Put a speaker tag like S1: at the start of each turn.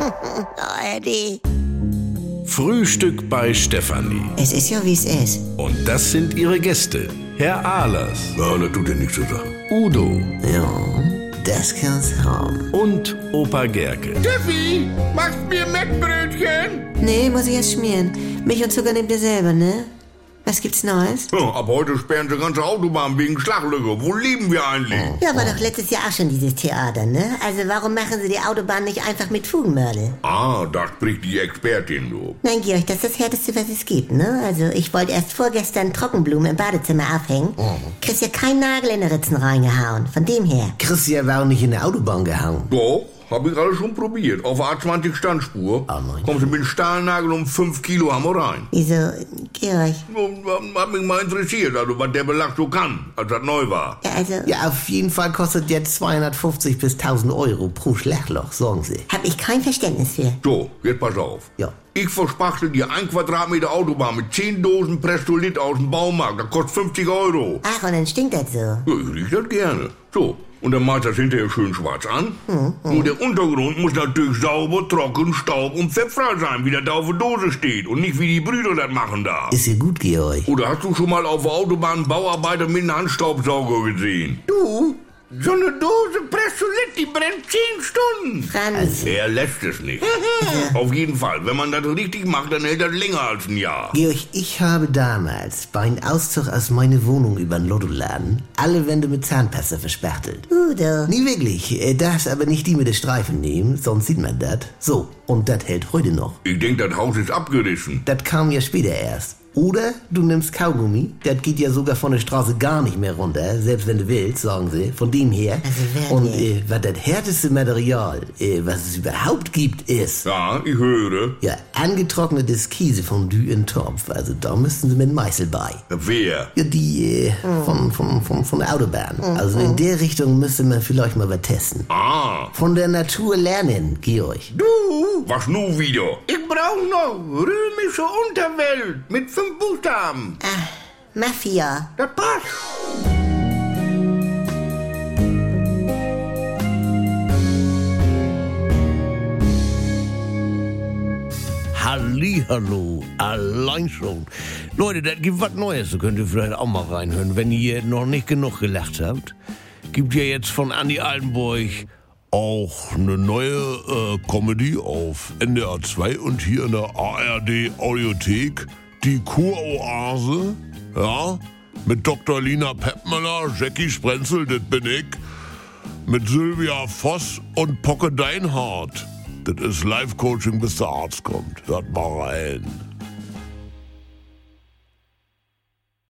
S1: Oh, Eddie.
S2: Frühstück bei Stefanie.
S1: Es ist ja, wie es ist.
S2: Und das sind ihre Gäste. Herr Ahlers. Ja, das tut ja nichts zu sagen. Udo
S1: Ja, das kann's haben.
S2: und Opa Gerke.
S3: Tiffy, machst mir Mettbrötchen?
S1: Nee, muss ich erst schmieren. Milch und Zucker nehmt ihr selber, ne? Was gibt's Neues?
S3: ab heute sperren sie ganze Autobahn wegen Schlaglöcher. Wo leben wir eigentlich?
S1: Ja, war doch letztes Jahr auch schon dieses Theater, ne? Also warum machen sie die Autobahn nicht einfach mit Fugenmörtel?
S3: Ah, da spricht die Expertin, du.
S1: Nein, Georg, das ist das Härteste, was es gibt, ne? Also ich wollte erst vorgestern Trockenblumen im Badezimmer aufhängen. Kriegst ja keinen Nagel in die Ritzen reingehauen. Von dem her.
S4: Christian war nicht in der Autobahn gehangen.
S3: Doch, hab ich alles schon probiert. Auf A20 Standspur.
S4: Ah, nein.
S3: Kommst du mit dem Stahlnagel um 5 Kilo Hammer rein.
S1: Wieso, Georg?
S3: Und, ähm, Hat mich mal interessiert, also was der Belag so kann, als das neu war.
S1: Ja, also,
S4: Ja, auf jeden Fall kostet jetzt 250 bis 1000 Euro pro Schlagloch, sagen sie.
S1: hab ich kein Verständnis für.
S3: So, jetzt pass auf.
S4: Ja.
S3: Ich verspachtel dir ein Quadratmeter Autobahn mit 10 Dosen Prestolit aus dem Baumarkt. Das kostet 50 Euro.
S1: Ach, und dann stinkt das so.
S3: Ja, ich riech das gerne. So, und dann malt das hinterher schön schwarz an. Nur der Untergrund muss natürlich sauber, trocken, staub und fettfrei sein, wie das da auf der Dose steht. Und nicht wie die Brüder das machen da.
S4: Ist ja gut, Georg.
S3: Oder hast du schon mal auf der Autobahn einen Bauarbeiter mit einem Handstaubsauger gesehen? Du, so eine Dose Pressolit, die brennt 10 Stunden. Mhm.
S1: Franz,
S3: Er lässt es nicht. Auf jeden Fall, wenn man das richtig macht, dann hält das länger als ein Jahr.
S4: Georg, ich habe damals beim Auszug aus meiner Wohnung über den Lottoladen alle Wände mit Zahnpasta verspachtelt.
S1: Udo.
S4: Nie wirklich. Äh, Darfst aber nicht die mit den Streifen nehmen, sonst sieht man das. So, und das hält heute noch.
S3: Ich denk, das Haus ist abgerissen.
S4: Das kam ja später erst. Oder du nimmst Kaugummi, das geht ja sogar von der Straße gar nicht mehr runter, selbst wenn du willst, sagen sie, von dem her.
S1: Also
S4: Und
S1: wirklich?
S4: äh, was das härteste Material, äh, was es überhaupt gibt, ist
S3: Ja, ich höre.
S4: ja angetrocknetes Käsefondue in Topf. Also da müssten sie mit Meißel bei.
S3: Wer?
S4: Ja, die äh,
S1: Mhm.
S4: von, von, von, von der Autobahn. Also in der Richtung müsste man vielleicht mal was testen.
S3: Ah,
S4: Von der Natur lernen, Georg.
S3: Du, was nun wieder? Ich brauche noch römische Unterwelt mit fünf Buchstaben.
S1: Ah, Mafia.
S3: Das passt.
S5: Hallihallo, allein schon. Leute, das gibt was Neues, da könnt ihr vielleicht auch mal reinhören, wenn ihr noch nicht genug gelacht habt. Gibt ja jetzt von Andy Altenburg auch eine neue äh, Comedy auf NDR 2 und hier in der ARD Audiothek, die Kuroase, ja, mit Dr. Lina Peppmüller, Jackie Sprenzel, das bin ich mit Sylvia Voss und Pocke Deinhardt. Das ist Live-Coaching, bis der Arzt kommt. Hört mal rein.